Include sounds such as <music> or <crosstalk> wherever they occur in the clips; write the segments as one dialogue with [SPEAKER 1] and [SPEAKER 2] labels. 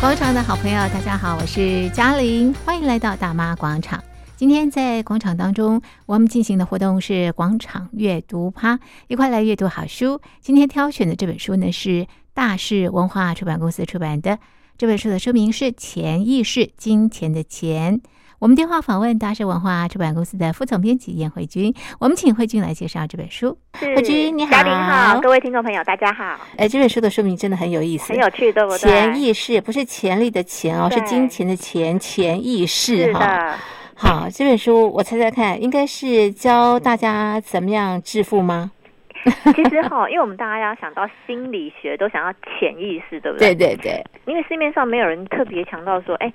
[SPEAKER 1] 广场的好朋友，大家好，我是嘉玲，欢迎来到大妈广场。今天在广场当中，我们进行的活动是广场阅读趴，一块来阅读好书。今天挑选的这本书呢是大是文化出版公司出版的，这本书的书名是《潜意识：金钱的钱》。我们电话访问大是文化出版公司的副总编辑严慧君，我们请慧君来介绍这本书。
[SPEAKER 2] 是
[SPEAKER 1] 慧君你好
[SPEAKER 2] 嘉玲好，各位听众朋友，大家好，
[SPEAKER 1] 哎，这本书的书名真的很有意思，
[SPEAKER 2] 很有趣，对不对？
[SPEAKER 1] 潜意识不是潜力的潜哦，是
[SPEAKER 2] 对
[SPEAKER 1] 金钱的钱，潜意识
[SPEAKER 2] 是
[SPEAKER 1] 哈。
[SPEAKER 2] 的，
[SPEAKER 1] 好，这本书我猜猜看，应该是教大家怎么样致富吗？ <laughs>
[SPEAKER 2] 其实哈、因为我们大家想到心理学，都想到潜意识，对不
[SPEAKER 1] 对
[SPEAKER 2] 对？
[SPEAKER 1] 对对，
[SPEAKER 2] 因为市面上没有人特别强调说，哎，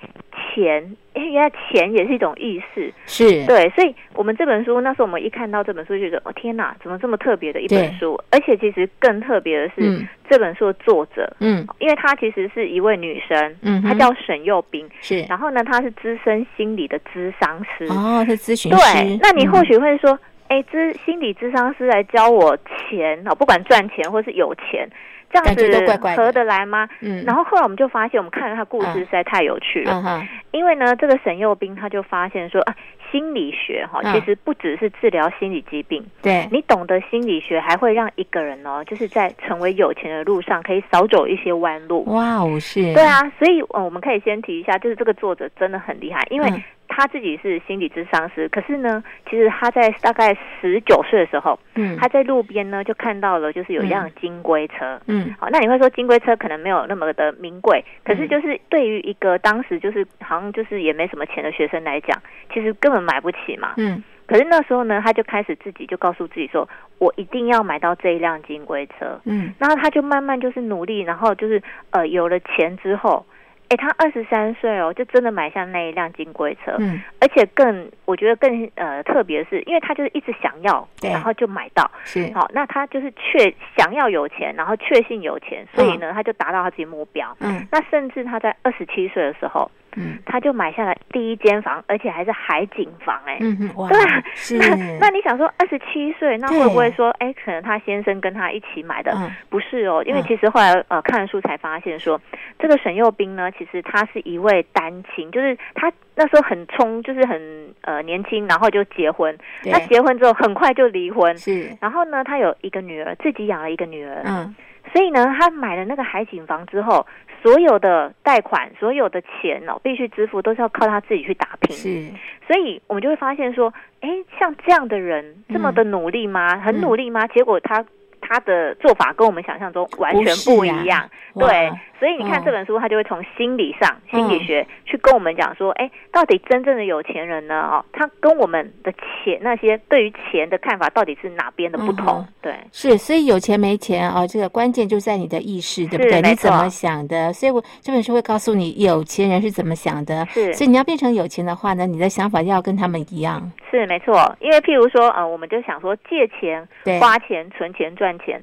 [SPEAKER 2] 钱，哎，原来钱也是一种意识，
[SPEAKER 1] 是，
[SPEAKER 2] 对，所以我们这本书，那时候我们一看到这本书，就觉得，哦天哪，怎么这么特别的一
[SPEAKER 1] 对
[SPEAKER 2] 本书？而且其实更特别的是，
[SPEAKER 1] 嗯
[SPEAKER 2] 这本书的作者，
[SPEAKER 1] 嗯
[SPEAKER 2] 因为她其实是一位女生，
[SPEAKER 1] 嗯哼
[SPEAKER 2] 她叫沈幼斌，
[SPEAKER 1] 是，
[SPEAKER 2] 然后呢，她是资深心理的咨商师，
[SPEAKER 1] 哦，是咨询
[SPEAKER 2] 对
[SPEAKER 1] 师，。
[SPEAKER 2] 那你
[SPEAKER 1] 嗯
[SPEAKER 2] 或许会说，哎、咨心理咨商师来教我钱哦，不管赚钱或是有钱，这样
[SPEAKER 1] 感觉都怪
[SPEAKER 2] 子
[SPEAKER 1] 怪的
[SPEAKER 2] 合得来吗？
[SPEAKER 1] 嗯，
[SPEAKER 2] 然
[SPEAKER 1] 后
[SPEAKER 2] 后后来我们就发现，我们看了他故
[SPEAKER 1] 嗯
[SPEAKER 2] 事实在太有趣了，
[SPEAKER 1] 嗯哈，
[SPEAKER 2] 因为呢，这个沈幼斌他就发现说啊，心理学哈、
[SPEAKER 1] 嗯
[SPEAKER 2] 其实不只是治疗心理疾病，
[SPEAKER 1] 对，
[SPEAKER 2] 你懂得心理学，还会让一个人哦，就是在成为有钱的路上，可以少走一些弯路。
[SPEAKER 1] 哇哦，是，
[SPEAKER 2] 对，啊，所以呃，我们可以先提一下，就是这个作者真的很厉害，因为
[SPEAKER 1] 嗯
[SPEAKER 2] 他自己是心理咨商师，可是呢，其实他在大概十九岁的时候，
[SPEAKER 1] 嗯
[SPEAKER 2] 他在路边呢就看到了，就是有一辆
[SPEAKER 1] 嗯
[SPEAKER 2] 金龟车。
[SPEAKER 1] 嗯
[SPEAKER 2] 好，那你会说金龟车可能没有那么的名贵，可是就是对于一个当时就是好像就是也没什么钱的学生来讲，其实根本买不起嘛。
[SPEAKER 1] 嗯，
[SPEAKER 2] 可是那时候呢，他就开始自己就告诉自己说，我一定要买到这一辆金龟车。
[SPEAKER 1] 嗯
[SPEAKER 2] 然后他就慢慢就是努力，然后就是呃有了钱之后，诶，他二十三岁哦，就真的买下那一辆金龟车，
[SPEAKER 1] 嗯
[SPEAKER 2] 而且更我觉得更呃特别是，因为他就是一直想要，
[SPEAKER 1] 对
[SPEAKER 2] 然后就买到。
[SPEAKER 1] 是，
[SPEAKER 2] 好，那他就是确想要有钱，然后确信有钱，所以呢，他就达到他自己目标。
[SPEAKER 1] 嗯
[SPEAKER 2] 那甚至他在二十七岁的时候，
[SPEAKER 1] 嗯
[SPEAKER 2] 他就买下了第一间房，而且还是海景房、诶。
[SPEAKER 1] 嗯
[SPEAKER 2] <laughs>
[SPEAKER 1] 哼，哇
[SPEAKER 2] 对啊，
[SPEAKER 1] 是，
[SPEAKER 2] 那 <laughs> 那你想说二十七岁，那
[SPEAKER 1] 对
[SPEAKER 2] 会不会说，哎，可能他先生跟他一起买的？
[SPEAKER 1] 嗯
[SPEAKER 2] 不是哦，因为
[SPEAKER 1] 嗯
[SPEAKER 2] 其实后来呃看了书才发现说，这个沈幼斌呢，其实他是一位单亲，就是他那时候很冲，就是很呃年轻，然后就结婚。那
[SPEAKER 1] 对，
[SPEAKER 2] 结婚之后很快就离婚，
[SPEAKER 1] 是，
[SPEAKER 2] 然后呢，他有一个女儿，自己养了一个女儿。
[SPEAKER 1] 嗯
[SPEAKER 2] 所以呢，他买了那个海景房之后，所有的贷款、所有的钱哦，必须支付都是要靠他自己去打拼。
[SPEAKER 1] 是，
[SPEAKER 2] 所以我们就会发现说，哎，像这样的人这么
[SPEAKER 1] 嗯
[SPEAKER 2] 的努力吗？很努力吗？结果他他的做法跟我们想象中完全不一样。
[SPEAKER 1] 哇
[SPEAKER 2] 对，所以你看
[SPEAKER 1] 嗯
[SPEAKER 2] 这本书，他就会从心理上、
[SPEAKER 1] 嗯
[SPEAKER 2] 心理学去跟我们讲说，哎，到底真正的有钱人呢？哦，他跟我们的钱那些对于钱的看法到底是哪边的不同？
[SPEAKER 1] 嗯
[SPEAKER 2] 对。
[SPEAKER 1] 是，所以有钱没钱哦，这个关键就在你的意识，对不
[SPEAKER 2] 是
[SPEAKER 1] 对？你
[SPEAKER 2] 没
[SPEAKER 1] 怎么
[SPEAKER 2] 错
[SPEAKER 1] 想的？所以我这本书会告诉你有钱人是怎么想的。
[SPEAKER 2] 是
[SPEAKER 1] 所以你要变成有钱的话呢，你的想法要跟他们一样。
[SPEAKER 2] 是没错，因为譬如说，呃，我们就想说借钱、
[SPEAKER 1] 对，
[SPEAKER 2] 花钱、存钱、赚钱，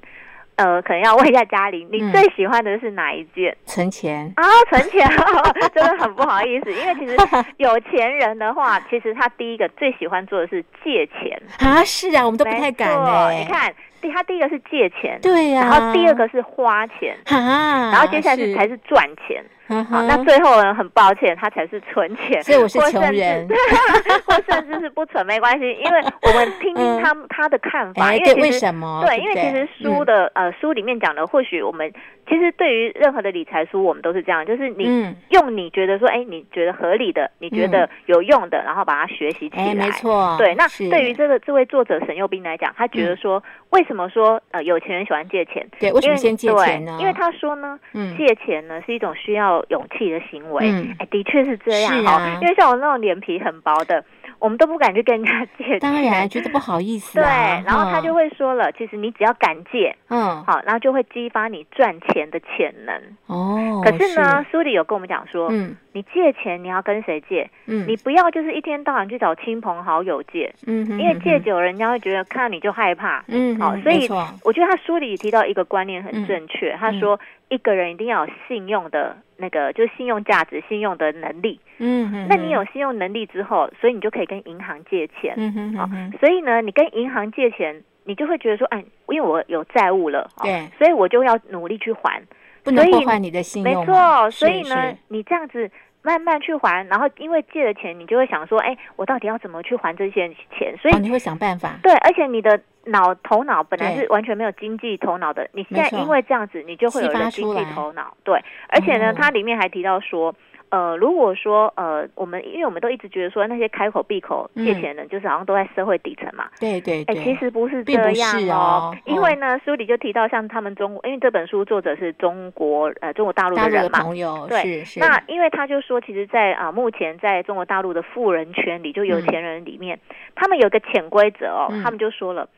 [SPEAKER 2] 呃，可能要问一下嘉玲，你
[SPEAKER 1] 嗯
[SPEAKER 2] 最喜欢的是哪一件？<laughs>
[SPEAKER 1] 存钱。
[SPEAKER 2] 啊，存钱 <laughs> 真的很不好意思，因为其
[SPEAKER 1] <laughs>
[SPEAKER 2] 实有钱人的话，其实他第一个最喜欢做的是借钱，
[SPEAKER 1] 啊，是啊，我们都不太敢
[SPEAKER 2] 没错
[SPEAKER 1] 哎、
[SPEAKER 2] 你看，第他第一个是借钱，
[SPEAKER 1] 对啊呀、
[SPEAKER 2] 然后第二个是花钱。
[SPEAKER 1] 啊，
[SPEAKER 2] 然后接下来是才
[SPEAKER 1] 是，
[SPEAKER 2] 是赚钱，
[SPEAKER 1] 嗯
[SPEAKER 2] 好，
[SPEAKER 1] 哼
[SPEAKER 2] 那最后呢，很抱歉，他才是存钱，
[SPEAKER 1] 所以我是
[SPEAKER 2] 或
[SPEAKER 1] 穷
[SPEAKER 2] 甚至
[SPEAKER 1] 人
[SPEAKER 2] <laughs> 或甚至是不存没关系，因为我们听听他、他的看法，
[SPEAKER 1] 嗯哎，
[SPEAKER 2] 因为
[SPEAKER 1] 对，
[SPEAKER 2] 其
[SPEAKER 1] 为
[SPEAKER 2] 实
[SPEAKER 1] 什么？
[SPEAKER 2] 对，因
[SPEAKER 1] 不
[SPEAKER 2] 为其实书
[SPEAKER 1] 嗯
[SPEAKER 2] 的、呃书里面讲的，或许我们其实对于任何的理财书，我们都是这样，就是你
[SPEAKER 1] 嗯
[SPEAKER 2] 用你觉得说，哎，你觉得合理的，你觉得有用的，然后把它学习起来。
[SPEAKER 1] 哎，没。错，
[SPEAKER 2] 对，那
[SPEAKER 1] 是
[SPEAKER 2] 对于这个这位作者沈幼斌来讲，他觉得说，为什么说呃有钱人喜欢借钱？
[SPEAKER 1] 对，为什
[SPEAKER 2] 因
[SPEAKER 1] 么
[SPEAKER 2] 为
[SPEAKER 1] 先借
[SPEAKER 2] 对
[SPEAKER 1] 钱呢？
[SPEAKER 2] 因为他说呢，
[SPEAKER 1] 嗯
[SPEAKER 2] 借钱呢是一种需要勇气的行为。
[SPEAKER 1] 嗯
[SPEAKER 2] 哎，的确是这样
[SPEAKER 1] 是
[SPEAKER 2] 哈、
[SPEAKER 1] 啊
[SPEAKER 2] 因为像我那种脸皮很薄的，我们都不敢去跟人家借钱。
[SPEAKER 1] 当然觉得不好意思
[SPEAKER 2] 对，
[SPEAKER 1] 啊、
[SPEAKER 2] 然后他就
[SPEAKER 1] 嗯
[SPEAKER 2] 会说了，其实你只要敢借，
[SPEAKER 1] 嗯
[SPEAKER 2] 好，然后就会激发你赚钱的潜能。
[SPEAKER 1] 哦，
[SPEAKER 2] 可是呢，书里有跟我们讲说，
[SPEAKER 1] 嗯
[SPEAKER 2] 你借钱你要跟谁借，
[SPEAKER 1] 嗯，
[SPEAKER 2] 你不要就是一天到晚去找亲朋好友借，
[SPEAKER 1] 嗯哼，
[SPEAKER 2] 因为借
[SPEAKER 1] 嗯哼
[SPEAKER 2] 久了人家会觉得看到你就害怕。
[SPEAKER 1] 嗯
[SPEAKER 2] 好
[SPEAKER 1] 哼
[SPEAKER 2] 所
[SPEAKER 1] 没
[SPEAKER 2] 以
[SPEAKER 1] 错
[SPEAKER 2] 我觉得他书里提到一个观念
[SPEAKER 1] 嗯
[SPEAKER 2] 很正确，他
[SPEAKER 1] 嗯
[SPEAKER 2] 说一个人一定要有信用的那个，就是信用价值、信用的能力。
[SPEAKER 1] 嗯哼，
[SPEAKER 2] 那你有信用能力之后，所以你就可以跟银行借钱。
[SPEAKER 1] 嗯哼
[SPEAKER 2] 好
[SPEAKER 1] 嗯哼，
[SPEAKER 2] 所以呢，你跟银行借钱，你就会觉得说，哎，因为我有债务了，哦
[SPEAKER 1] 对
[SPEAKER 2] 所以我就要努力去还。
[SPEAKER 1] 不能
[SPEAKER 2] 所以
[SPEAKER 1] 破坏你的信
[SPEAKER 2] 没
[SPEAKER 1] 用嘛。
[SPEAKER 2] 错，所
[SPEAKER 1] 是
[SPEAKER 2] 以呢
[SPEAKER 1] 是，
[SPEAKER 2] 你这样子慢慢去还，然后因为借了钱，你就会想说，哎，我到底要怎么去还这些钱？所以、
[SPEAKER 1] 哦，你会想办法。
[SPEAKER 2] 对，而且你的脑头脑本来
[SPEAKER 1] 对
[SPEAKER 2] 是完全没有经济头脑的，你现
[SPEAKER 1] 没
[SPEAKER 2] 在
[SPEAKER 1] 错
[SPEAKER 2] 因为这样子，你就会
[SPEAKER 1] 激
[SPEAKER 2] 有
[SPEAKER 1] 发
[SPEAKER 2] 了
[SPEAKER 1] 出
[SPEAKER 2] 经
[SPEAKER 1] 来
[SPEAKER 2] 济头脑。对，而且呢
[SPEAKER 1] 哦，
[SPEAKER 2] 它里面还提到说。呃，如果说呃，我们因为我们都一直觉得说那些开口闭口借
[SPEAKER 1] 嗯
[SPEAKER 2] 钱人，就是好像都在社会底层嘛，
[SPEAKER 1] 对对
[SPEAKER 2] 哎、
[SPEAKER 1] 对，
[SPEAKER 2] 其实不是
[SPEAKER 1] 并
[SPEAKER 2] 这
[SPEAKER 1] 不
[SPEAKER 2] 样
[SPEAKER 1] 是哦
[SPEAKER 2] 哦，因为
[SPEAKER 1] 嗯
[SPEAKER 2] 呢，书里就提到像他们中，因为这本书作者是中国呃中国大陆
[SPEAKER 1] 大
[SPEAKER 2] 的
[SPEAKER 1] 陆的
[SPEAKER 2] 人嘛。
[SPEAKER 1] 朋友
[SPEAKER 2] 对
[SPEAKER 1] 是是，嗯
[SPEAKER 2] 那因为他就说，其实在，啊目前在中国大陆的富人圈里，就有钱人里面，他们有个潜规则哦，
[SPEAKER 1] 嗯
[SPEAKER 2] 他们就说了，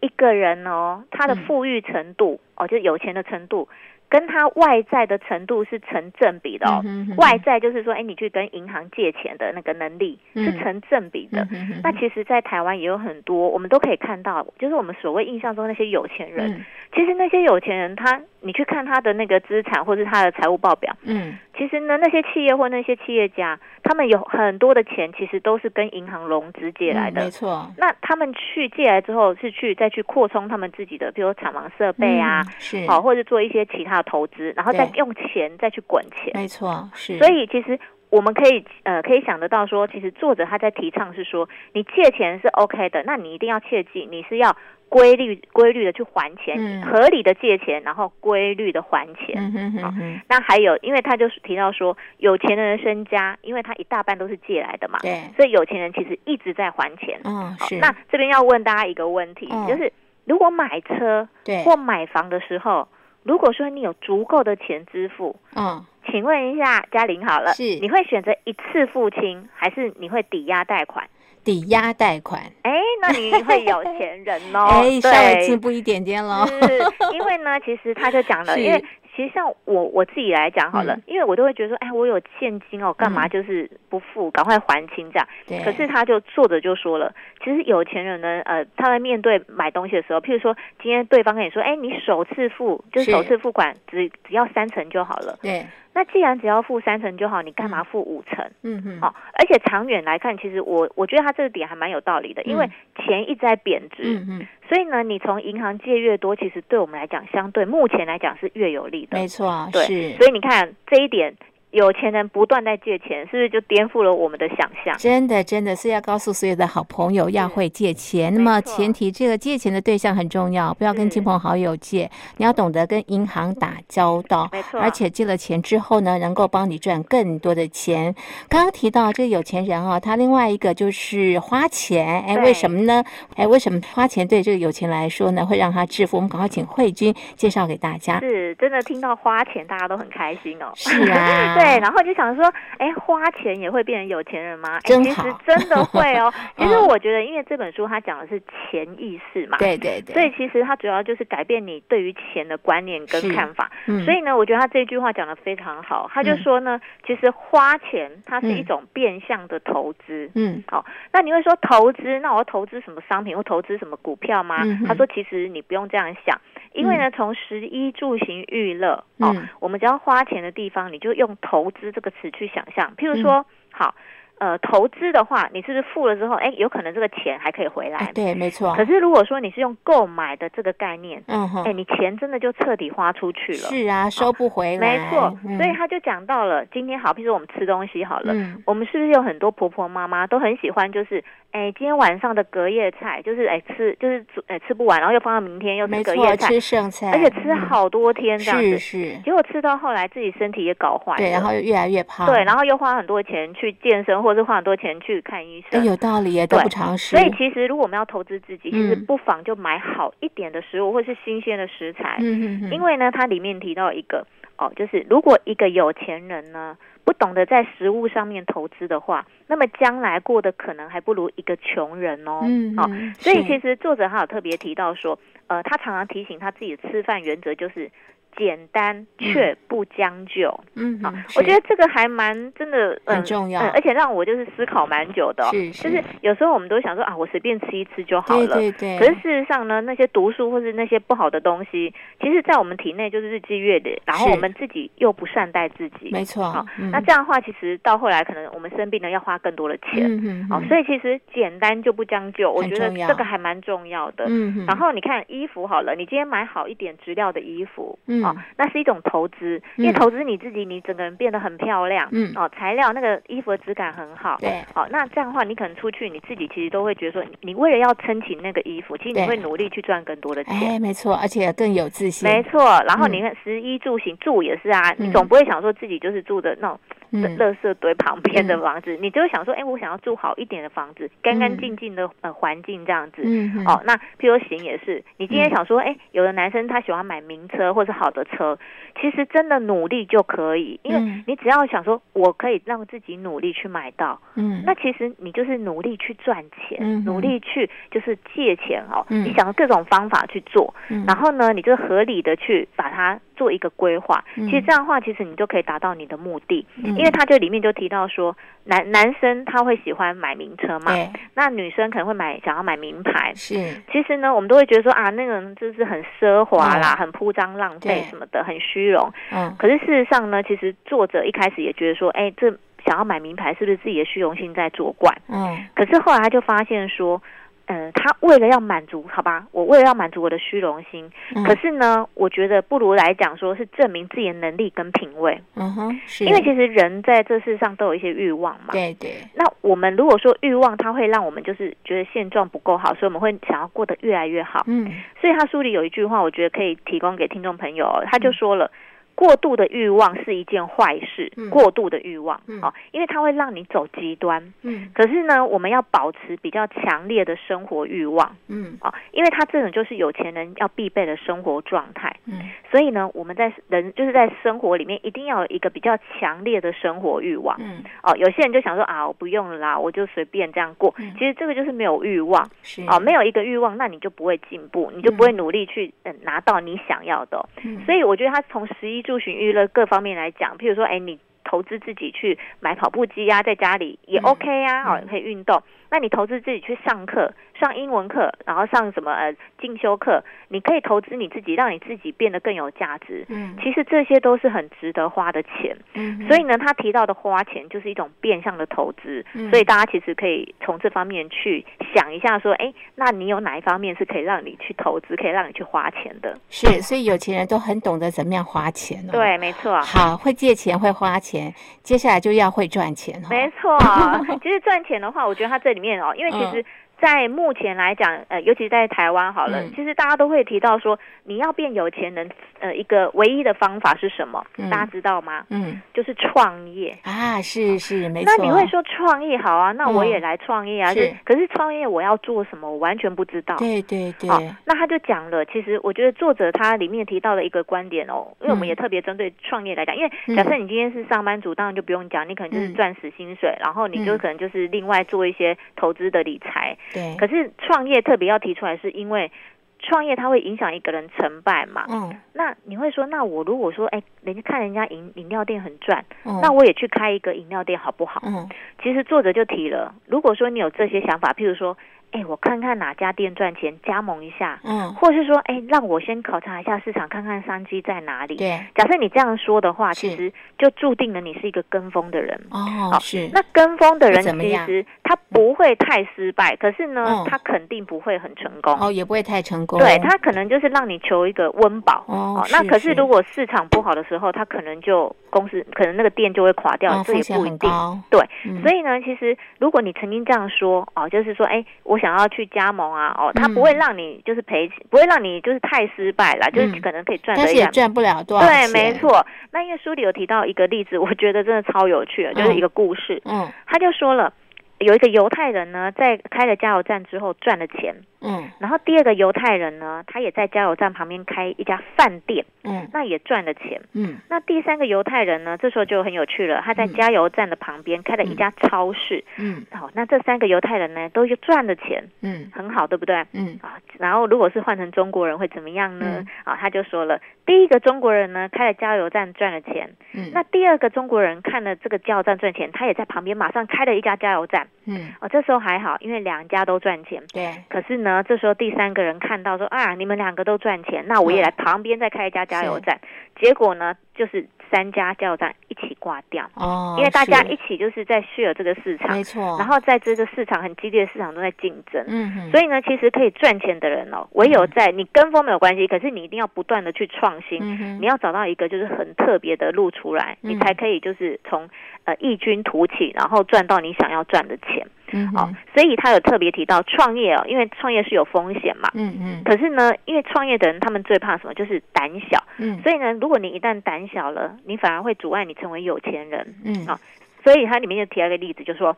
[SPEAKER 2] 一个人哦，他的
[SPEAKER 1] 嗯
[SPEAKER 2] 富裕程度、哦，就是有钱的程度，跟他外在的程度是成正比的哦。
[SPEAKER 1] 嗯哼
[SPEAKER 2] 外在就是说，哎，你去跟银行借钱的那个能力是
[SPEAKER 1] 嗯
[SPEAKER 2] 成正比的。
[SPEAKER 1] 嗯哼哼
[SPEAKER 2] 那其实，在台湾也有很多，我们都可以看到，就是我们所谓印象中那些有钱人，
[SPEAKER 1] 嗯
[SPEAKER 2] 其实那些有钱人他，你去看他的那个资产或是他的财务报表，
[SPEAKER 1] 嗯
[SPEAKER 2] 其实呢，那些企业或那些企业家，他们有很多的钱，其实都是跟银行融资借来
[SPEAKER 1] 嗯
[SPEAKER 2] 的。
[SPEAKER 1] 没错，
[SPEAKER 2] 那他们去借来之后，是去再去扩充他们自己的，比如厂房设备啊，
[SPEAKER 1] 嗯是
[SPEAKER 2] 好、或者做一些其他的投资，然后再
[SPEAKER 1] 对嗯
[SPEAKER 2] 用钱再去滚钱。
[SPEAKER 1] 没错是，
[SPEAKER 2] 所以其实我们可以呃可以想得到说，其实作者他在提倡是说，你借钱是 OK 的，那你一定要切记，你是要规律规律的去还钱，
[SPEAKER 1] 嗯
[SPEAKER 2] 合理的借钱，然后规律的还钱。
[SPEAKER 1] 嗯哼
[SPEAKER 2] 好
[SPEAKER 1] 哼哼，
[SPEAKER 2] 那还有，因为他就是提到说，有钱人的身家，因为他一大半都是借来的嘛，
[SPEAKER 1] 对，
[SPEAKER 2] 所以有钱人其实一直在还钱。
[SPEAKER 1] 嗯
[SPEAKER 2] 好
[SPEAKER 1] 是，
[SPEAKER 2] 那这边要问大家一个问题，
[SPEAKER 1] 嗯
[SPEAKER 2] 就是如果买车
[SPEAKER 1] 对，
[SPEAKER 2] 或买房的时候，如果说你有足够的钱支付，
[SPEAKER 1] 嗯
[SPEAKER 2] 请问一下嘉玲好了，
[SPEAKER 1] 是
[SPEAKER 2] 你会选择一次付清，还是你会抵押贷款？
[SPEAKER 1] 抵押贷款，
[SPEAKER 2] 哎，那你会有钱人哦，
[SPEAKER 1] <laughs> 哎，稍微进
[SPEAKER 2] 对。嗯
[SPEAKER 1] 步一点点喽，
[SPEAKER 2] 是，因为呢，其实他就讲了，
[SPEAKER 1] 哦是
[SPEAKER 2] 因为其实像我我自己来讲好了，
[SPEAKER 1] 嗯
[SPEAKER 2] 因为我都会觉得说，哎，我有现金哦，干嘛就是不付，赶快还清这样。
[SPEAKER 1] 对，
[SPEAKER 2] 可是他就作者就说了，其实有钱人呢，呃，他在面对买东西的时候，譬如说今天对方跟你说，哎，你首次付就是
[SPEAKER 1] 是
[SPEAKER 2] 首次付款只只要三成就好了，
[SPEAKER 1] 对，
[SPEAKER 2] 那既然只要付三成就好，你干嘛付五成？
[SPEAKER 1] 嗯哼，
[SPEAKER 2] 哦，而且长远来看，其实我我觉得他这个点还蛮有道理的，因为
[SPEAKER 1] 嗯
[SPEAKER 2] 钱一直在贬值，
[SPEAKER 1] 嗯哼，
[SPEAKER 2] 所以呢，你从银行借越多，其实对我们来讲，相对目前来讲是越有利的
[SPEAKER 1] 没。错，
[SPEAKER 2] 对，
[SPEAKER 1] 是。
[SPEAKER 2] 所以你看这一点，有钱人不断在借钱，是不是就颠覆了我们的想象？
[SPEAKER 1] 真的，真的是要告诉所有的好朋友要会借钱。那么
[SPEAKER 2] 没错
[SPEAKER 1] 前提，这个借钱的对象很重要，不要跟
[SPEAKER 2] 是
[SPEAKER 1] 亲朋好友借，你要懂得跟银行打交道。
[SPEAKER 2] 没错，
[SPEAKER 1] 而且借了钱之后呢，能够帮你赚更多的钱。刚刚提到这个有钱人啊，他另外一个就是花钱，哎，
[SPEAKER 2] 对
[SPEAKER 1] 为什么呢？哎，为什么花钱对这个有钱来说呢，会让他致富？我们赶快请慧君介绍给大家。
[SPEAKER 2] 是真的听到花钱，大家都很开心哦。
[SPEAKER 1] 是啊，
[SPEAKER 2] <laughs> 对，然后就想说，哎，花钱也会变成有钱人吗？哎，
[SPEAKER 1] 真
[SPEAKER 2] 其实
[SPEAKER 1] 好
[SPEAKER 2] 真的会
[SPEAKER 1] <laughs>
[SPEAKER 2] 哦。其实
[SPEAKER 1] 嗯
[SPEAKER 2] 我觉得，因为这本书它讲的是潜意识嘛，
[SPEAKER 1] 对对对，
[SPEAKER 2] 所以其实它主要就是改变你对于钱的观念
[SPEAKER 1] 是
[SPEAKER 2] 跟看法。
[SPEAKER 1] 嗯
[SPEAKER 2] 所以呢，我觉得他这句话讲的非常好。他就说呢，其实花钱它是一种变相的投资。
[SPEAKER 1] 嗯
[SPEAKER 2] 那你会说投资？那我要投资什么商品或投资什么股票吗？
[SPEAKER 1] 嗯哼
[SPEAKER 2] 他说其实你不用这样想，因为呢，从十一住行娱乐哦，
[SPEAKER 1] 嗯
[SPEAKER 2] 我们只要花钱的地方，你就用投资这个词去想象。譬如说，
[SPEAKER 1] 嗯
[SPEAKER 2] 好，呃，投资的话，你是不是付了之后，哎，有可能这个钱还可以回来？
[SPEAKER 1] 哎对，没错
[SPEAKER 2] 可，是如果说你是用购买的这个概念，
[SPEAKER 1] 嗯
[SPEAKER 2] 哎、
[SPEAKER 1] 哼，
[SPEAKER 2] 你钱真的就彻底花出去了。哦
[SPEAKER 1] 是啊，收不回来，
[SPEAKER 2] 没错，
[SPEAKER 1] 嗯
[SPEAKER 2] 所以他就讲到了今天好，譬如说我们吃东西好了，
[SPEAKER 1] 嗯
[SPEAKER 2] 我们是不是有很多婆婆妈妈都很喜欢，就是哎今天晚上的隔夜菜，就是哎吃就是哎吃不完，然后又放到明天又
[SPEAKER 1] 没
[SPEAKER 2] 吃隔
[SPEAKER 1] 错，
[SPEAKER 2] 夜菜，
[SPEAKER 1] 吃剩菜，
[SPEAKER 2] 而且吃
[SPEAKER 1] 嗯
[SPEAKER 2] 好多天这样
[SPEAKER 1] 是
[SPEAKER 2] 子，
[SPEAKER 1] 是，
[SPEAKER 2] 结果吃到后来自己身体也搞坏了，
[SPEAKER 1] 对，然后越来越胖，
[SPEAKER 2] 对，然后又花很多钱去健身，或者是花很多钱去看医
[SPEAKER 1] 哎
[SPEAKER 2] 生。
[SPEAKER 1] 有道理耶，都
[SPEAKER 2] 对
[SPEAKER 1] 不常识，
[SPEAKER 2] 所以其实如果我们要投资自己，其实
[SPEAKER 1] 嗯
[SPEAKER 2] 不妨就买好一点的食物，或是新鲜的食材。
[SPEAKER 1] 嗯嗯
[SPEAKER 2] 因为呢，它里面提到一个哦，就是如果一个有钱人呢不懂得在食物上面投资的话，那么将来过得可能还不如一个穷人哦。
[SPEAKER 1] 嗯，
[SPEAKER 2] 好、
[SPEAKER 1] 嗯
[SPEAKER 2] 所以
[SPEAKER 1] 是
[SPEAKER 2] 其实作者还有特别提到说，呃，他常常提醒他自己的吃饭原则就是。简单却不将就，
[SPEAKER 1] 嗯，
[SPEAKER 2] 好
[SPEAKER 1] 嗯
[SPEAKER 2] 我觉
[SPEAKER 1] 是
[SPEAKER 2] 得这个还蛮真的，嗯
[SPEAKER 1] 很重要
[SPEAKER 2] 嗯而且让我就是思考蛮久的哦、
[SPEAKER 1] 是
[SPEAKER 2] 就是是有时候我们都想说啊，我随便吃一吃就好
[SPEAKER 1] 对
[SPEAKER 2] 了，
[SPEAKER 1] 对对，
[SPEAKER 2] 可是事实上呢，那些毒素或是那些不好的东西，其实在我们体内就是日积月累，然后
[SPEAKER 1] 是
[SPEAKER 2] 我们自己又不善待自己。
[SPEAKER 1] 没错，
[SPEAKER 2] 好
[SPEAKER 1] 嗯
[SPEAKER 2] 那这样的话，其实到后来可能我们生病了要花更多的钱。
[SPEAKER 1] 嗯
[SPEAKER 2] 哦，所以其实简单就不将就，我
[SPEAKER 1] 很
[SPEAKER 2] 觉得
[SPEAKER 1] 重要
[SPEAKER 2] 这个还蛮重要的。
[SPEAKER 1] 嗯，
[SPEAKER 2] 然后你看衣服好了，你今天买好一点质量的衣服，
[SPEAKER 1] 嗯嗯
[SPEAKER 2] 哦，那是一种投资，因为
[SPEAKER 1] 嗯
[SPEAKER 2] 投资你自己，你整个人变得很漂亮，
[SPEAKER 1] 嗯
[SPEAKER 2] 哦，材料那个衣服的质感很好，
[SPEAKER 1] 对，
[SPEAKER 2] 哦，那这样的话，你可能出去你自己其实都会觉得说，你你为了要撑起那个衣服，其实
[SPEAKER 1] 对
[SPEAKER 2] 你会努力去赚更多的钱。
[SPEAKER 1] 哎，没错，而且更有自信，
[SPEAKER 2] 没错，然后
[SPEAKER 1] 嗯
[SPEAKER 2] 你看食衣住行住也是啊，
[SPEAKER 1] 嗯
[SPEAKER 2] 你总不会想说自己就是住的那种
[SPEAKER 1] 嗯，
[SPEAKER 2] 垃圾堆旁边的房子，你就会想说，哎，我想要住好一点的房子，干干净净的呃环境这样子。
[SPEAKER 1] 嗯，
[SPEAKER 2] 哦，那譬如行也是，你今天
[SPEAKER 1] 嗯
[SPEAKER 2] 想说，哎、有的男生他喜欢买名车或是好的车，其实真的努力就可以，因
[SPEAKER 1] 嗯
[SPEAKER 2] 为你只要想说，我可以让自己努力去买到，
[SPEAKER 1] 嗯，
[SPEAKER 2] 那其实你就是努力去赚钱，
[SPEAKER 1] 嗯哼
[SPEAKER 2] 努力去就是借钱哦，
[SPEAKER 1] 嗯
[SPEAKER 2] 你想各种方法去做，
[SPEAKER 1] 嗯
[SPEAKER 2] 然后呢，你就合理的去把它做一个规划。
[SPEAKER 1] 嗯
[SPEAKER 2] 其实这样的话，其实你就可以达到你的目的，
[SPEAKER 1] 嗯
[SPEAKER 2] 因为它就里面就提到说，男男生他会喜欢买名车嘛，
[SPEAKER 1] 对
[SPEAKER 2] 那女生可能会买想要买名牌。
[SPEAKER 1] 是
[SPEAKER 2] 其实呢，我们都会觉得说啊，那个人就是很奢华啦，
[SPEAKER 1] 嗯
[SPEAKER 2] 很铺张浪
[SPEAKER 1] 对
[SPEAKER 2] 费什么的，很虚荣。
[SPEAKER 1] 嗯
[SPEAKER 2] 可是事实上呢，其实作者一开始也觉得说，哎，这想要买名牌是不是自己的虚荣心在作怪？
[SPEAKER 1] 嗯
[SPEAKER 2] 可是后来他就发现说，嗯，他为了要满足，好吧，我为了要满足我的虚荣心，
[SPEAKER 1] 嗯
[SPEAKER 2] 可是呢，我觉得不如来讲说是证明自己的能力跟品味，
[SPEAKER 1] 嗯哼是，
[SPEAKER 2] 因为其实人在这世上都有一些欲望嘛。
[SPEAKER 1] 对对
[SPEAKER 2] 那我们如果说欲望，它会让我们就是觉得现状不够好，所以我们会想要过得越来越好。
[SPEAKER 1] 嗯
[SPEAKER 2] 所以他书里有一句话，我觉得可以提供给听众朋友哦，他就说了。过度的欲望是一件坏事，
[SPEAKER 1] 嗯
[SPEAKER 2] 过度的欲望、
[SPEAKER 1] 嗯
[SPEAKER 2] 哦，因为它会让你走极端。
[SPEAKER 1] 嗯
[SPEAKER 2] 可是呢，我们要保持比较强烈的生活欲望
[SPEAKER 1] 嗯
[SPEAKER 2] 哦，因为它这种就是有钱人要必备的生活状态。
[SPEAKER 1] 嗯
[SPEAKER 2] 所以呢，我们在人就是在生活里面一定要有一个比较强烈的生活欲望。
[SPEAKER 1] 嗯
[SPEAKER 2] 哦，有些人就想说啊，我不用了啦，我就随便这样过。
[SPEAKER 1] 嗯
[SPEAKER 2] 其实这个就是没有欲望
[SPEAKER 1] 是
[SPEAKER 2] 哦，没有一个欲望，那你就不会进步，你就不会努力去、嗯、拿到你想要的哦、
[SPEAKER 1] 嗯
[SPEAKER 2] 所以我觉得他从食衣住行娱乐各方面来讲，譬如说，哎，你投资自己去买跑步机啊，在家里也
[SPEAKER 1] 嗯
[SPEAKER 2] OK 啊，哦
[SPEAKER 1] 嗯，
[SPEAKER 2] 可以运动。那你投资自己去上课，上英文课，然后上什么呃进修课，你可以投资你自己，让你自己变得更有价值。
[SPEAKER 1] 嗯
[SPEAKER 2] 其实这些都是很值得花的钱，
[SPEAKER 1] 嗯
[SPEAKER 2] 所以呢，他提到的花钱就是一种变相的投资，
[SPEAKER 1] 嗯
[SPEAKER 2] 所以大家其实可以从这方面去想一下，说，哎，那你有哪一方面是可以让你去投资，可以让你去花钱的？
[SPEAKER 1] 是所以有钱人都很懂得怎么样花钱哦，。
[SPEAKER 2] 对，啊没错。
[SPEAKER 1] 好，会借钱，会花钱，接下来就要会赚钱哦。
[SPEAKER 2] 没错， <laughs> 其实赚钱的话，我觉得它这里面哦，因为其
[SPEAKER 1] 嗯
[SPEAKER 2] 实，在目前来讲，呃，尤其在台湾好了，
[SPEAKER 1] 嗯
[SPEAKER 2] 其实大家都会提到说，你要变有钱人，呃，一个唯一的方法是什么？
[SPEAKER 1] 嗯
[SPEAKER 2] 大家知道吗？
[SPEAKER 1] 嗯
[SPEAKER 2] 就是创业。
[SPEAKER 1] 啊，是是，没错。
[SPEAKER 2] 那你会说创业好啊？那我也
[SPEAKER 1] 嗯
[SPEAKER 2] 来创业啊！
[SPEAKER 1] 是
[SPEAKER 2] 就可是创业我要做什么？我完全不知道。
[SPEAKER 1] 对对对，
[SPEAKER 2] 哦，那他就讲了，其实我觉得作者他里面提到的一个观点哦，因为我们
[SPEAKER 1] 嗯
[SPEAKER 2] 也特别针对创业来讲，因
[SPEAKER 1] 嗯
[SPEAKER 2] 为假设你今天是上班族，当然就不用讲，你可能就是
[SPEAKER 1] 嗯
[SPEAKER 2] 赚死薪水，然后你就
[SPEAKER 1] 嗯哎
[SPEAKER 2] 可能就是另外做一些投资的理财。
[SPEAKER 1] 对，
[SPEAKER 2] 可是创业特别要提出来，是因为创业它会影响一个人成败嘛。
[SPEAKER 1] 嗯
[SPEAKER 2] 那你会说，那我如果说，哎，人家看人家饮饮料店很赚，
[SPEAKER 1] 嗯，
[SPEAKER 2] 那我也去开一个饮料店好不好？
[SPEAKER 1] 嗯
[SPEAKER 2] 其实作者就提了，如果说你有这些想法，譬如说，哎，我看看哪家店赚钱，加盟一下。
[SPEAKER 1] 嗯，
[SPEAKER 2] 或是说，哎，让我先考察一下市场，看看商机在哪里。
[SPEAKER 1] 对，
[SPEAKER 2] 假设你这样说的话，
[SPEAKER 1] 是
[SPEAKER 2] 其实就注定了你是一个跟风的人。
[SPEAKER 1] 哦
[SPEAKER 2] 好
[SPEAKER 1] 是，
[SPEAKER 2] 那跟风的人
[SPEAKER 1] 那怎么
[SPEAKER 2] 其
[SPEAKER 1] 样
[SPEAKER 2] 实他不会太失败，可是呢
[SPEAKER 1] 嗯，
[SPEAKER 2] 他肯定不会很成功。
[SPEAKER 1] 哦也不会太成功，
[SPEAKER 2] 对他可能就是让你求一个温饱。
[SPEAKER 1] 哦
[SPEAKER 2] 哦，，那可
[SPEAKER 1] 是
[SPEAKER 2] 是如果市场不好的时候，他可能就公司可能那个店就会垮掉，
[SPEAKER 1] 哦
[SPEAKER 2] 这也
[SPEAKER 1] 风险
[SPEAKER 2] 不一
[SPEAKER 1] 很
[SPEAKER 2] 定。
[SPEAKER 1] 高，
[SPEAKER 2] 对，
[SPEAKER 1] 嗯
[SPEAKER 2] 所以呢，其实如果你曾经这样说哦，就是说，哎，我想要去加盟啊，哦，它
[SPEAKER 1] 嗯
[SPEAKER 2] 不会让你就是赔钱，不会让你就是太失败啦，就是
[SPEAKER 1] 嗯
[SPEAKER 2] 可能可以赚
[SPEAKER 1] 但
[SPEAKER 2] 得一
[SPEAKER 1] 是也
[SPEAKER 2] 两。
[SPEAKER 1] 赚不了多少
[SPEAKER 2] 对，
[SPEAKER 1] 钱，
[SPEAKER 2] 没，错。那因为书里有提到一个例子， <laughs> 我觉得真的超有趣的，就是一个故事。
[SPEAKER 1] 嗯
[SPEAKER 2] 他就说了，有一个犹太人呢，在开了加油站之后赚了钱，
[SPEAKER 1] 嗯
[SPEAKER 2] 然后第二个犹太人呢，他也在加油站旁边开一家饭店，
[SPEAKER 1] 嗯
[SPEAKER 2] 那也赚了钱。
[SPEAKER 1] 嗯
[SPEAKER 2] 那第三个犹太人呢，这时候就很有趣了，他在
[SPEAKER 1] 嗯
[SPEAKER 2] 加油站的旁边开了一家超市。
[SPEAKER 1] 嗯
[SPEAKER 2] 好，那这三个犹太人呢，都有赚的钱，
[SPEAKER 1] 嗯
[SPEAKER 2] 很好，对不对？
[SPEAKER 1] 嗯
[SPEAKER 2] 啊，然后如果是换成中国人会怎么样呢
[SPEAKER 1] 嗯？
[SPEAKER 2] 啊，他就说了，第一个中国人呢开了加油站赚了钱，
[SPEAKER 1] 嗯，
[SPEAKER 2] 那第二个中国人看了这个加油站赚钱，他也在旁边马上开了一家加油站。
[SPEAKER 1] 嗯
[SPEAKER 2] 哦，这时候还好，因为两家都赚钱。
[SPEAKER 1] 对，
[SPEAKER 2] 可是呢，呢，这时候第三个人看到说啊，你们两个都赚钱，那
[SPEAKER 1] 嗯
[SPEAKER 2] 我也来旁边再开一家加油站。结果呢，就是三家加油站一起挂掉，
[SPEAKER 1] 哦，
[SPEAKER 2] 因为大家
[SPEAKER 1] 是
[SPEAKER 2] 一起就是在 share 这个市场
[SPEAKER 1] 没，错，
[SPEAKER 2] 然后在这个市场很激烈的市场中在竞争。
[SPEAKER 1] 哦嗯哼，
[SPEAKER 2] 所以呢，其实可以赚钱的人哦，唯有在你跟风没有关系，可是你一定要不断的去创新，
[SPEAKER 1] 嗯哼
[SPEAKER 2] 你要找到一个就是很特别的路出来，
[SPEAKER 1] 嗯
[SPEAKER 2] 你才可以就是从呃异军突起，然后赚到你想要赚的钱
[SPEAKER 1] 嗯
[SPEAKER 2] 哦
[SPEAKER 1] 哼。
[SPEAKER 2] 所以他有特别提到创业哦，因为创业是有风险嘛。
[SPEAKER 1] 嗯嗯
[SPEAKER 2] 可是呢，因为创业的人他们最怕什么？就是胆小。
[SPEAKER 1] 嗯
[SPEAKER 2] 所以呢，如果你一旦胆小了，你反而会阻碍你成为有钱人。
[SPEAKER 1] 嗯
[SPEAKER 2] 啊所以它里面就提了一个例子，就说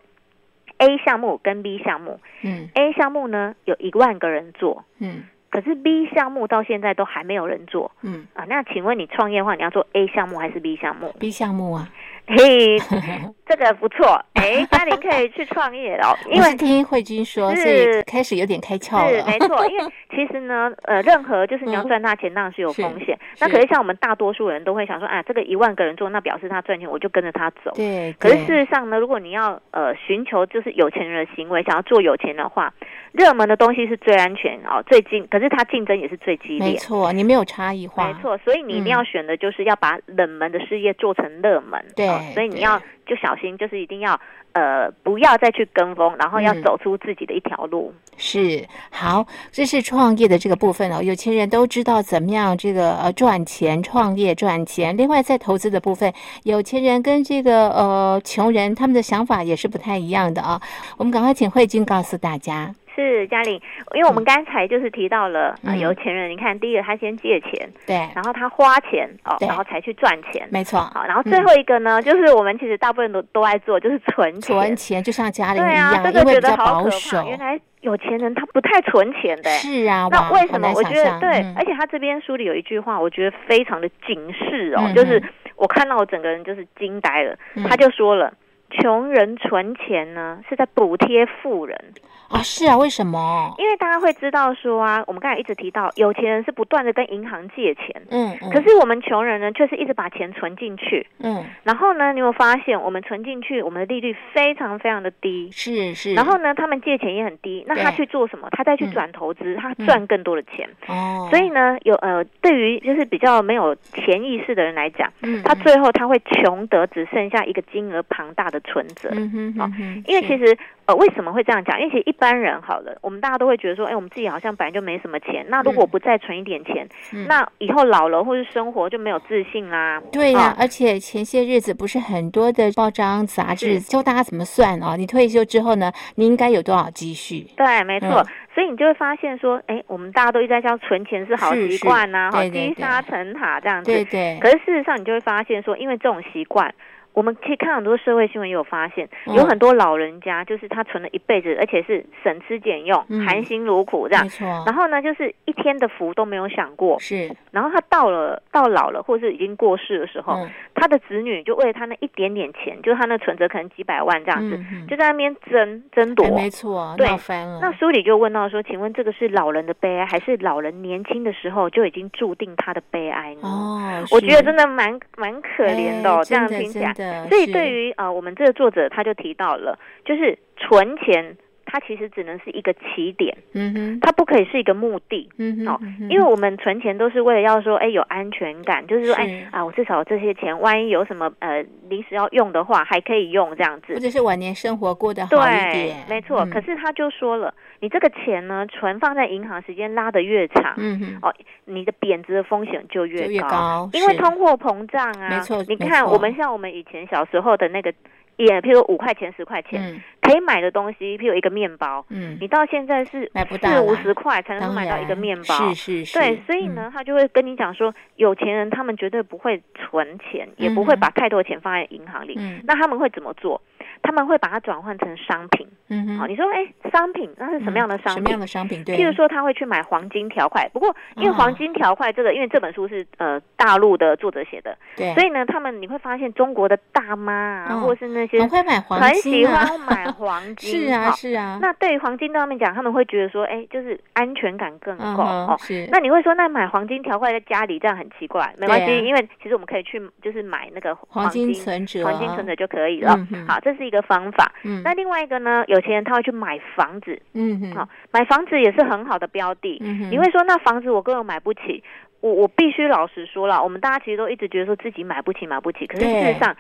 [SPEAKER 2] A 项目跟 B 项目
[SPEAKER 1] 嗯
[SPEAKER 2] ，A 项目呢有一万个人做，
[SPEAKER 1] 嗯
[SPEAKER 2] 可是 B 项目到现在都还没有人做。
[SPEAKER 1] 嗯
[SPEAKER 2] 啊，那请问你创业的话，你要做 A 项目还是 B 项目？ <laughs>
[SPEAKER 1] ，B 项目啊，
[SPEAKER 2] 嘿，这个不错，哎，嘉玲可以去创业
[SPEAKER 1] <laughs>
[SPEAKER 2] 了哦，因
[SPEAKER 1] 我
[SPEAKER 2] 为
[SPEAKER 1] 是听慧君说，所以
[SPEAKER 2] 是
[SPEAKER 1] 开始有点开窍
[SPEAKER 2] 是
[SPEAKER 1] 了，
[SPEAKER 2] 没错，因为其实呢，呃，任何就是你要
[SPEAKER 1] 嗯
[SPEAKER 2] 赚大钱，当然是有
[SPEAKER 1] 是
[SPEAKER 2] 风险。
[SPEAKER 1] 是
[SPEAKER 2] 那可是像我们大多数人都会想说，啊，这个一万个人做，那表示他赚钱，我就跟着他走。
[SPEAKER 1] 对，
[SPEAKER 2] 可是
[SPEAKER 1] 对
[SPEAKER 2] 事实上呢，如果你要呃寻求就是有钱人的行为，想要做有钱的话，热门的东西是最安全哦，最近，可是它竞争也是最激
[SPEAKER 1] 没
[SPEAKER 2] 烈。
[SPEAKER 1] 错，你没有差异化，
[SPEAKER 2] 没，错，所以你一定要选的就是要把冷门的事业做成热门，
[SPEAKER 1] 对
[SPEAKER 2] 哦所以你
[SPEAKER 1] 对
[SPEAKER 2] 要就小心，就是一定要呃不要再去跟风，然后要
[SPEAKER 1] 嗯
[SPEAKER 2] 走出自己的一条路。
[SPEAKER 1] 是好，这是创业的这个部分哦。有钱人都知道怎么样这个呃赚钱，创业赚钱。另外在投资的部分，有钱人跟这个呃穷人他们的想法也是不太一样的啊、我们赶快请慧君告诉大家，
[SPEAKER 2] 是嘉玲，因为我们刚才就是提到了、啊
[SPEAKER 1] 嗯
[SPEAKER 2] 有钱人，你看第一个他先借钱，
[SPEAKER 1] 对，
[SPEAKER 2] 然后他花钱哦，
[SPEAKER 1] 对
[SPEAKER 2] 然后才去赚钱。
[SPEAKER 1] 没错，
[SPEAKER 2] 好，然后
[SPEAKER 1] 嗯
[SPEAKER 2] 最后一个呢，就是我们其实大部分都都爱做，就是存钱。
[SPEAKER 1] 存钱就像嘉玲
[SPEAKER 2] 对
[SPEAKER 1] 一
[SPEAKER 2] 啊，
[SPEAKER 1] 样，
[SPEAKER 2] 这
[SPEAKER 1] 因
[SPEAKER 2] 个
[SPEAKER 1] 为
[SPEAKER 2] 觉
[SPEAKER 1] 比
[SPEAKER 2] 得
[SPEAKER 1] 较
[SPEAKER 2] 好
[SPEAKER 1] 保
[SPEAKER 2] 可
[SPEAKER 1] 守
[SPEAKER 2] 怕。，原来有钱人他不太存钱的欸。
[SPEAKER 1] 是啊，
[SPEAKER 2] 那
[SPEAKER 1] 哇
[SPEAKER 2] 为什
[SPEAKER 1] 很
[SPEAKER 2] 么
[SPEAKER 1] 难？
[SPEAKER 2] 我
[SPEAKER 1] 想
[SPEAKER 2] 觉得
[SPEAKER 1] 象
[SPEAKER 2] 对，哎
[SPEAKER 1] 嗯
[SPEAKER 2] 而且他这边书里有一句话，我觉得非常的警示哦，
[SPEAKER 1] 嗯
[SPEAKER 2] 就是
[SPEAKER 1] 嗯
[SPEAKER 2] 我看到我整个人就是惊呆了。
[SPEAKER 1] 嗯
[SPEAKER 2] 他就说了，穷人存钱呢是在补贴富人，
[SPEAKER 1] 啊，是啊，为什么？
[SPEAKER 2] 因为大家会知道说啊，我们刚才一直提到有钱人是不断的跟银行借钱，
[SPEAKER 1] 嗯，嗯
[SPEAKER 2] 可是我们穷人呢却是一直把钱存进去，
[SPEAKER 1] 嗯
[SPEAKER 2] 然后呢，你有没有发现我们存进去，我们的利率非常非常的低。
[SPEAKER 1] 是是，
[SPEAKER 2] 然后呢，他们借钱也很低，那他
[SPEAKER 1] 嗯对
[SPEAKER 2] 去做什么？他再去
[SPEAKER 1] 嗯
[SPEAKER 2] 转投资，他
[SPEAKER 1] 嗯
[SPEAKER 2] 赚更多的钱。
[SPEAKER 1] 哦，
[SPEAKER 2] 所以呢，有呃，对于就是比较没有潜意识的人来讲，
[SPEAKER 1] 嗯
[SPEAKER 2] 他
[SPEAKER 1] 嗯
[SPEAKER 2] 最后他会穷得只剩下一个金额庞大的存折。
[SPEAKER 1] 嗯哼
[SPEAKER 2] 好
[SPEAKER 1] 嗯哼，
[SPEAKER 2] 因为
[SPEAKER 1] 是
[SPEAKER 2] 其实呃，为什么会这样讲？因为其实一般人好了，我们大家都会觉得说，哎，我们自己好像本来就没什么钱，那如果
[SPEAKER 1] 嗯
[SPEAKER 2] 不再存一点钱，
[SPEAKER 1] 嗯
[SPEAKER 2] 那以后老了或是生活就没有自信啦、
[SPEAKER 1] 对呀、
[SPEAKER 2] 哦
[SPEAKER 1] 而且前些日子不是很多的报章杂志
[SPEAKER 2] 是
[SPEAKER 1] 教大家怎么算哦，你退休之后呢，你应该有多少积蓄？
[SPEAKER 2] 对，没错，
[SPEAKER 1] 嗯
[SPEAKER 2] 所以你就会发现说，哎，我们大家都一直在教存钱是好
[SPEAKER 1] 是
[SPEAKER 2] 习
[SPEAKER 1] 是
[SPEAKER 2] 惯呐、哈，
[SPEAKER 1] 对对
[SPEAKER 2] 积沙成塔这样子。
[SPEAKER 1] 对对，
[SPEAKER 2] 可是事实上，你就会发现说，因为这种习惯，我们可以看很多社会新闻也有发现，有
[SPEAKER 1] 嗯
[SPEAKER 2] 很多老人家就是他存了一辈子，而且是省吃俭用、
[SPEAKER 1] 嗯
[SPEAKER 2] 含辛茹苦这样
[SPEAKER 1] 没。错
[SPEAKER 2] 然，后呢，就是一天的福都没有享过。
[SPEAKER 1] 是，
[SPEAKER 2] 然后他到了到老了，或是已经过世的时候，
[SPEAKER 1] 嗯
[SPEAKER 2] 他的子女就为了他那一点点钱，就是他那存折可能几百万这样子，
[SPEAKER 1] 嗯嗯
[SPEAKER 2] 就在那边争争夺。
[SPEAKER 1] 哎没错，
[SPEAKER 2] 对
[SPEAKER 1] 闹翻了，
[SPEAKER 2] 那书里就问到说，请问这个是老人的悲哀，还是老人年轻的时候就已经注定他的悲哀呢？
[SPEAKER 1] 哦，
[SPEAKER 2] 我觉得
[SPEAKER 1] 是
[SPEAKER 2] 真的蛮蛮可怜的、哦，
[SPEAKER 1] 哎
[SPEAKER 2] 这样
[SPEAKER 1] 真的
[SPEAKER 2] 听起来。
[SPEAKER 1] 真的
[SPEAKER 2] 所以
[SPEAKER 1] 是
[SPEAKER 2] 对于呃，我们这个作者他就提到了，就是存钱，它其实只能是一个起点，
[SPEAKER 1] 嗯哼，
[SPEAKER 2] 它不可以是一个目的。
[SPEAKER 1] 嗯哼，
[SPEAKER 2] 哦
[SPEAKER 1] 嗯哼
[SPEAKER 2] 因为我们存钱都是为了要说，哎，有安全感，就是说，哎
[SPEAKER 1] 是
[SPEAKER 2] 啊，我至少有这些钱，万一有什么呃临时要用的话，还可以用这样子
[SPEAKER 1] 或。者是晚年生活过得好一
[SPEAKER 2] 对
[SPEAKER 1] 点，，
[SPEAKER 2] 没错。
[SPEAKER 1] 嗯
[SPEAKER 2] 可是他就说了，你这个钱呢，存放在银行时间拉得越长，
[SPEAKER 1] 嗯哼，
[SPEAKER 2] 哦，你的贬值的风险就越
[SPEAKER 1] 就
[SPEAKER 2] 高，
[SPEAKER 1] 越高
[SPEAKER 2] 因为
[SPEAKER 1] 是
[SPEAKER 2] 通货膨胀啊。
[SPEAKER 1] 没错
[SPEAKER 2] 你
[SPEAKER 1] 没
[SPEAKER 2] 看
[SPEAKER 1] 错
[SPEAKER 2] 我们像我们以前小时候的那个，也譬如五块钱、十块钱、
[SPEAKER 1] 嗯
[SPEAKER 2] 可以买的东西，譬如一个面包，
[SPEAKER 1] 嗯，
[SPEAKER 2] 你到现在是
[SPEAKER 1] 买不到
[SPEAKER 2] 四五
[SPEAKER 1] 啦
[SPEAKER 2] 十块才能
[SPEAKER 1] 当
[SPEAKER 2] 买到一个
[SPEAKER 1] 然
[SPEAKER 2] 面包。
[SPEAKER 1] 是是是，
[SPEAKER 2] 对，所以
[SPEAKER 1] 嗯
[SPEAKER 2] 呢，他就会跟你讲说，有钱人他们绝对不会存钱，也不
[SPEAKER 1] 嗯
[SPEAKER 2] 会
[SPEAKER 1] 哼
[SPEAKER 2] 把太多钱放在银行里。
[SPEAKER 1] 嗯
[SPEAKER 2] 那他们会怎么做？他们会把它转换成商品。
[SPEAKER 1] 嗯
[SPEAKER 2] 好，
[SPEAKER 1] 哼，
[SPEAKER 2] 你说，哎，商品那是什么样的商
[SPEAKER 1] 什
[SPEAKER 2] 品？
[SPEAKER 1] 么样的商品？对，
[SPEAKER 2] 譬如说，他会去买黄金条块。不过，因为
[SPEAKER 1] 哦
[SPEAKER 2] 黄金条块这个，因为这本书是呃大陆的作者写的，
[SPEAKER 1] 对，
[SPEAKER 2] 所以呢，他们你会发现中国的大妈啊，
[SPEAKER 1] 哦
[SPEAKER 2] 或是那些
[SPEAKER 1] 很会买黄
[SPEAKER 2] 很喜
[SPEAKER 1] 金啊，
[SPEAKER 2] 欢买
[SPEAKER 1] <laughs>
[SPEAKER 2] 黄金，
[SPEAKER 1] 是啊
[SPEAKER 2] 哈
[SPEAKER 1] 是啊，
[SPEAKER 2] 那对于黄金对他们讲，他们会觉得说，哎，就是安全感更
[SPEAKER 1] 嗯
[SPEAKER 2] 够、
[SPEAKER 1] 哼
[SPEAKER 2] 哦。
[SPEAKER 1] 是
[SPEAKER 2] 那你会说，那买黄金条块在家里这样很奇怪？没关系，
[SPEAKER 1] 对啊
[SPEAKER 2] 因为其实我们可以去就是买那个
[SPEAKER 1] 黄
[SPEAKER 2] 金
[SPEAKER 1] 金存折，啊
[SPEAKER 2] 黄金存折就可以了。
[SPEAKER 1] 嗯哼
[SPEAKER 2] 好，这是一个方法。
[SPEAKER 1] 嗯
[SPEAKER 2] 那另外一个呢，有钱人他会去买房子，
[SPEAKER 1] 嗯哼
[SPEAKER 2] 好，买房子也是很好的标的。
[SPEAKER 1] 嗯哼，
[SPEAKER 2] 你会说那房子我根本买不起，我我必须老实说了，我们大家其实都一直觉得说自己买不起买不起，可是
[SPEAKER 1] 对
[SPEAKER 2] 事实上，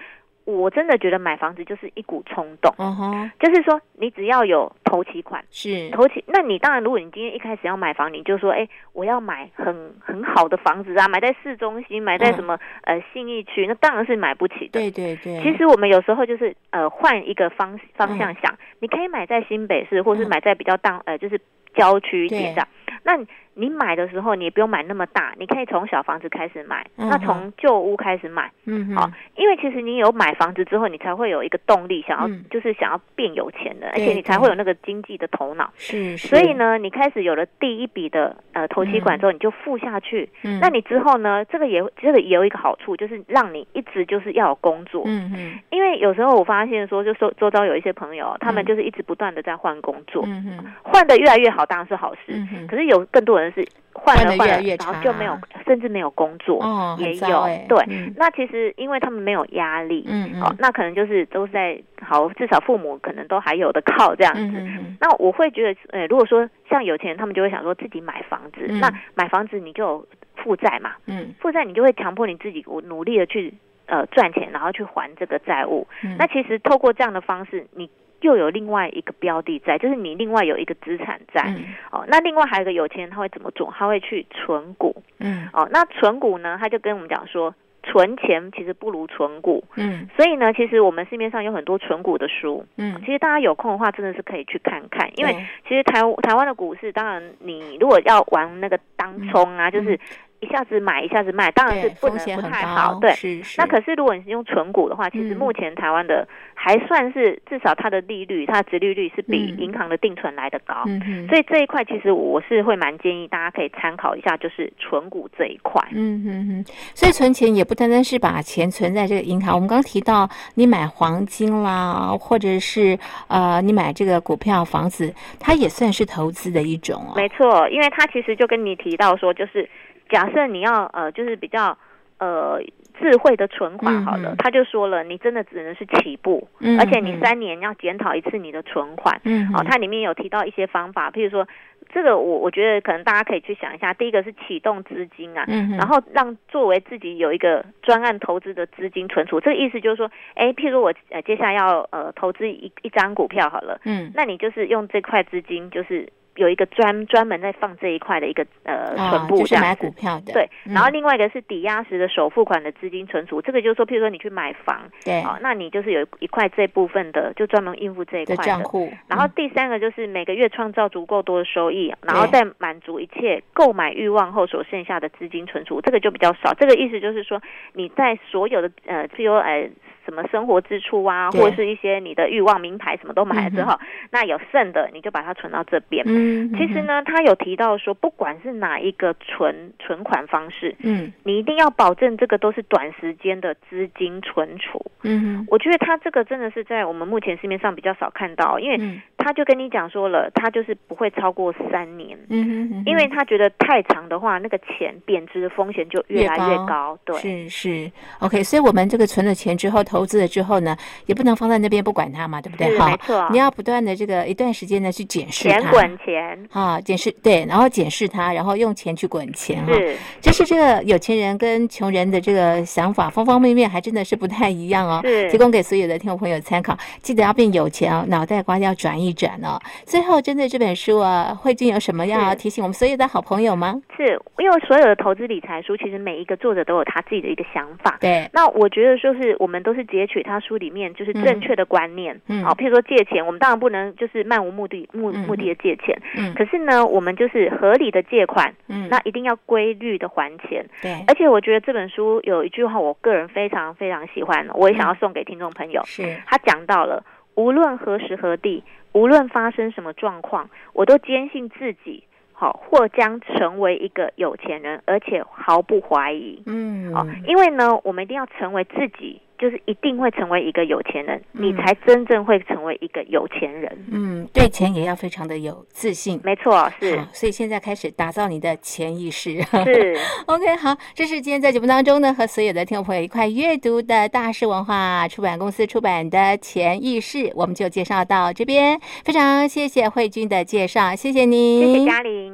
[SPEAKER 2] 我真的觉得买房子就是一股冲动，
[SPEAKER 1] 哦吼，
[SPEAKER 2] 就是说你只要有头期款。
[SPEAKER 1] 是
[SPEAKER 2] 头期，那你当然，如果你今天一开始要买房，你就说，哎、我要买很很好的房子啊，买在市中心，买在
[SPEAKER 1] 嗯
[SPEAKER 2] 什么、呃信义区，那当然是买不起的。
[SPEAKER 1] 对对对，
[SPEAKER 2] 其实我们有时候就是呃换一个方方向想，你可以买在新北市，或是
[SPEAKER 1] 嗯
[SPEAKER 2] 买在比较当呃就是郊区一
[SPEAKER 1] 对
[SPEAKER 2] 点这样。那你你买的时候，你也不用买那么大，你可以从小房子开始买，
[SPEAKER 1] 嗯
[SPEAKER 2] 那
[SPEAKER 1] 哼
[SPEAKER 2] 从旧屋开始买，
[SPEAKER 1] 嗯哼，
[SPEAKER 2] 好因为其实你有买房子之后，你才会有一个动力，想要、
[SPEAKER 1] 嗯
[SPEAKER 2] 就是想要变有钱的，而
[SPEAKER 1] 对
[SPEAKER 2] 且你才会有那个经济的头脑。
[SPEAKER 1] 是，
[SPEAKER 2] 所以
[SPEAKER 1] 是，
[SPEAKER 2] 呢，你开始有了第一笔的呃投期款之后，你就付下去。
[SPEAKER 1] 嗯
[SPEAKER 2] 那你之后呢，这个也这个也有一个好处，就是让你一直就是要有工作。
[SPEAKER 1] 嗯哼，
[SPEAKER 2] 因为有时候我发现说，就周周遭有一些朋友，他们
[SPEAKER 1] 嗯
[SPEAKER 2] 就是一直不断的在换工作，
[SPEAKER 1] 嗯哼，
[SPEAKER 2] 换的越来越好，当然是好事。
[SPEAKER 1] 嗯哼，
[SPEAKER 2] 可是有更多人是换了
[SPEAKER 1] 换得
[SPEAKER 2] 换
[SPEAKER 1] 越
[SPEAKER 2] 了，
[SPEAKER 1] 来越
[SPEAKER 2] 然后
[SPEAKER 1] 差
[SPEAKER 2] 就没有，甚至没有工作。
[SPEAKER 1] 哦，很
[SPEAKER 2] 也
[SPEAKER 1] 糟
[SPEAKER 2] 有
[SPEAKER 1] 欸
[SPEAKER 2] 对
[SPEAKER 1] 嗯
[SPEAKER 2] 那其实因为他们没有压力，
[SPEAKER 1] 嗯
[SPEAKER 2] 哦
[SPEAKER 1] 嗯，
[SPEAKER 2] 那可能就是都是在好，至少父母可能都还有的靠这样子。
[SPEAKER 1] 嗯嗯嗯
[SPEAKER 2] 那我会觉得，呃，如果说像有钱人，他们就会想说自己买房子，
[SPEAKER 1] 嗯
[SPEAKER 2] 那买房子你就有负债嘛，
[SPEAKER 1] 嗯
[SPEAKER 2] 负债你就会强迫你自己努力的去呃赚钱，然后去还这个债务。
[SPEAKER 1] 嗯，
[SPEAKER 2] 那其实透过这样的方式，你又有另外一个标的在，就是你另外有一个资产在、
[SPEAKER 1] 嗯
[SPEAKER 2] 哦。那另外还有一个有钱人他会怎么做？他会去存股
[SPEAKER 1] 嗯
[SPEAKER 2] 哦。那存股呢，他就跟我们讲说，存钱其实不如存股。
[SPEAKER 1] 嗯
[SPEAKER 2] 所以呢，其实我们市面上有很多存股的书，
[SPEAKER 1] 嗯，
[SPEAKER 2] 其实大家有空的话，真的是可以去看看，因为
[SPEAKER 1] 对
[SPEAKER 2] 其实台台湾的股市，当然你如果要玩那个当冲啊，就是一下子买一下子卖，当然
[SPEAKER 1] 嗯对
[SPEAKER 2] 是不
[SPEAKER 1] 风
[SPEAKER 2] 能
[SPEAKER 1] 险
[SPEAKER 2] 不
[SPEAKER 1] 很
[SPEAKER 2] 太
[SPEAKER 1] 高
[SPEAKER 2] 好，对。
[SPEAKER 1] 是是，
[SPEAKER 2] 那可是，如果你是用纯股的话，其实
[SPEAKER 1] 嗯
[SPEAKER 2] 目前台湾的还算是至少它的利率，它的殖利率是比
[SPEAKER 1] 嗯
[SPEAKER 2] 银行的定存来的高，
[SPEAKER 1] 嗯哼，
[SPEAKER 2] 所以这一块其实我是会蛮建议大家可以参考一下，就是纯股这一块。
[SPEAKER 1] 嗯哼哼，所以存钱也不单单是把钱存在这个银行。我们刚提到，你买黄金啦，或者是呃，你买这个股票、房子，它也算是投资的一种哦。
[SPEAKER 2] 没错，因为他其实就跟你提到说，就是假设你要呃，就是比较呃智慧的存款好了，
[SPEAKER 1] 嗯嗯
[SPEAKER 2] 他就说了，你真的只能是起步，
[SPEAKER 1] 嗯
[SPEAKER 2] 而且你
[SPEAKER 1] 嗯
[SPEAKER 2] 三年要检讨一次你的存款。
[SPEAKER 1] 嗯哼
[SPEAKER 2] 哦，它里面有提到一些方法，譬如说这个我我觉得可能大家可以去想一下，第一个是启动资金啊。
[SPEAKER 1] 嗯哼，
[SPEAKER 2] 然后让作为自己有一个专案投资的资金存储，这个意思就是说，诶，譬如我呃接下来要呃投资一一张股票好了，
[SPEAKER 1] 嗯
[SPEAKER 2] 那你就是用这块资金，就是有一个专专门在放这一块的一个呃
[SPEAKER 1] 啊
[SPEAKER 2] 存，
[SPEAKER 1] 就
[SPEAKER 2] 部这
[SPEAKER 1] 是买
[SPEAKER 2] 样
[SPEAKER 1] 股
[SPEAKER 2] 子。
[SPEAKER 1] 票的，
[SPEAKER 2] 对，
[SPEAKER 1] 嗯
[SPEAKER 2] 然后另外一个是抵押时的首付款的资金存储，这个就是说，譬如说你去买房，
[SPEAKER 1] 对
[SPEAKER 2] 哦，那你就是有一块这部分的，就专门应付这一
[SPEAKER 1] 的
[SPEAKER 2] 块
[SPEAKER 1] 账
[SPEAKER 2] 的。
[SPEAKER 1] 户，
[SPEAKER 2] 然后
[SPEAKER 1] 嗯
[SPEAKER 2] 第三个就是每个月创造足够多的收益，然后再满足一切购买欲望后所剩下的资金存储，这个就比较少。这个意思就是说，你在所有的呃，譬如呃什么生活支出啊，
[SPEAKER 1] 对
[SPEAKER 2] 或是一些你的欲望名牌什么都买了之后，那有剩的你就把它存到这边。
[SPEAKER 1] 嗯，
[SPEAKER 2] 其实
[SPEAKER 1] 嗯，
[SPEAKER 2] 呢，他有提到说，不管是哪一个存存款方式，
[SPEAKER 1] 嗯
[SPEAKER 2] 你一定要保证这个都是短时间的资金存储。
[SPEAKER 1] 嗯
[SPEAKER 2] 我觉得他这个真的是在我们目前市面上比较少看到，因为
[SPEAKER 1] 哼嗯
[SPEAKER 2] 他就跟你讲说了，他就是不会超过三年，
[SPEAKER 1] 嗯哼嗯哼，
[SPEAKER 2] 因为他觉得太长的话，那个钱贬值的风险就越来越
[SPEAKER 1] 越
[SPEAKER 2] 高。对，
[SPEAKER 1] 是是，OK，所以我们这个存了钱之后，投资了之后呢，也不能放在那边不管它嘛，对不对？
[SPEAKER 2] 是
[SPEAKER 1] 哈
[SPEAKER 2] 没错
[SPEAKER 1] 你要不断的这个一段时间呢去检视它，
[SPEAKER 2] 钱啊滚钱
[SPEAKER 1] 啊，检视对，然后检视它，然后用钱去滚钱哈。
[SPEAKER 2] 是
[SPEAKER 1] 这是这个有钱人跟穷人的这个想法，方方面面还真的是不太一样哦。
[SPEAKER 2] 是
[SPEAKER 1] 提供给所有的听众朋友参考，记得要变有钱哦，脑袋瓜要转一转哦。最后，针对这本书啊，慧君有什么要
[SPEAKER 2] 是
[SPEAKER 1] 提醒我们所有的好朋友吗？
[SPEAKER 2] 是，因为所有的投资理财书，其实每一个作者都有他自己的一个想法。
[SPEAKER 1] 对，
[SPEAKER 2] 那我觉得就是我们都是截取他书里面就是
[SPEAKER 1] 嗯
[SPEAKER 2] 正确的观念，
[SPEAKER 1] 嗯
[SPEAKER 2] 好，譬如说借钱，我们当然不能就是漫无目的目
[SPEAKER 1] 嗯
[SPEAKER 2] 目的的借钱，
[SPEAKER 1] 嗯
[SPEAKER 2] 可是呢，我们就是合理的借款，
[SPEAKER 1] 嗯，
[SPEAKER 2] 那一定要规律的还钱，
[SPEAKER 1] 对，
[SPEAKER 2] 而且我觉得这本书有一句话，我个人非常非常喜欢，哦我也
[SPEAKER 1] 嗯
[SPEAKER 2] 想要送给听众朋友。
[SPEAKER 1] 是，
[SPEAKER 2] 他讲到了，无论何时何地，无论发生什么状况，我都坚信自己好或将成为一个有钱人，而且毫不怀疑。
[SPEAKER 1] 嗯，
[SPEAKER 2] 哦，因为呢，我们一定要成为自己就是一定会成为一个有钱人，
[SPEAKER 1] 嗯
[SPEAKER 2] 你才真正会成为一个有钱人。
[SPEAKER 1] 嗯，对钱也要非常的有自信。
[SPEAKER 2] 没错，哦是
[SPEAKER 1] 好，所以现在开始打造你的潜意识。
[SPEAKER 2] 是，
[SPEAKER 1] <laughs> OK，好，这是今天在节目当中呢，和所有的听众朋友一块阅读的大是文化出版公司出版的《潜意识》，我们就介绍到这边。非常谢谢慧君的介绍，谢谢您，
[SPEAKER 2] 谢谢嘉玲。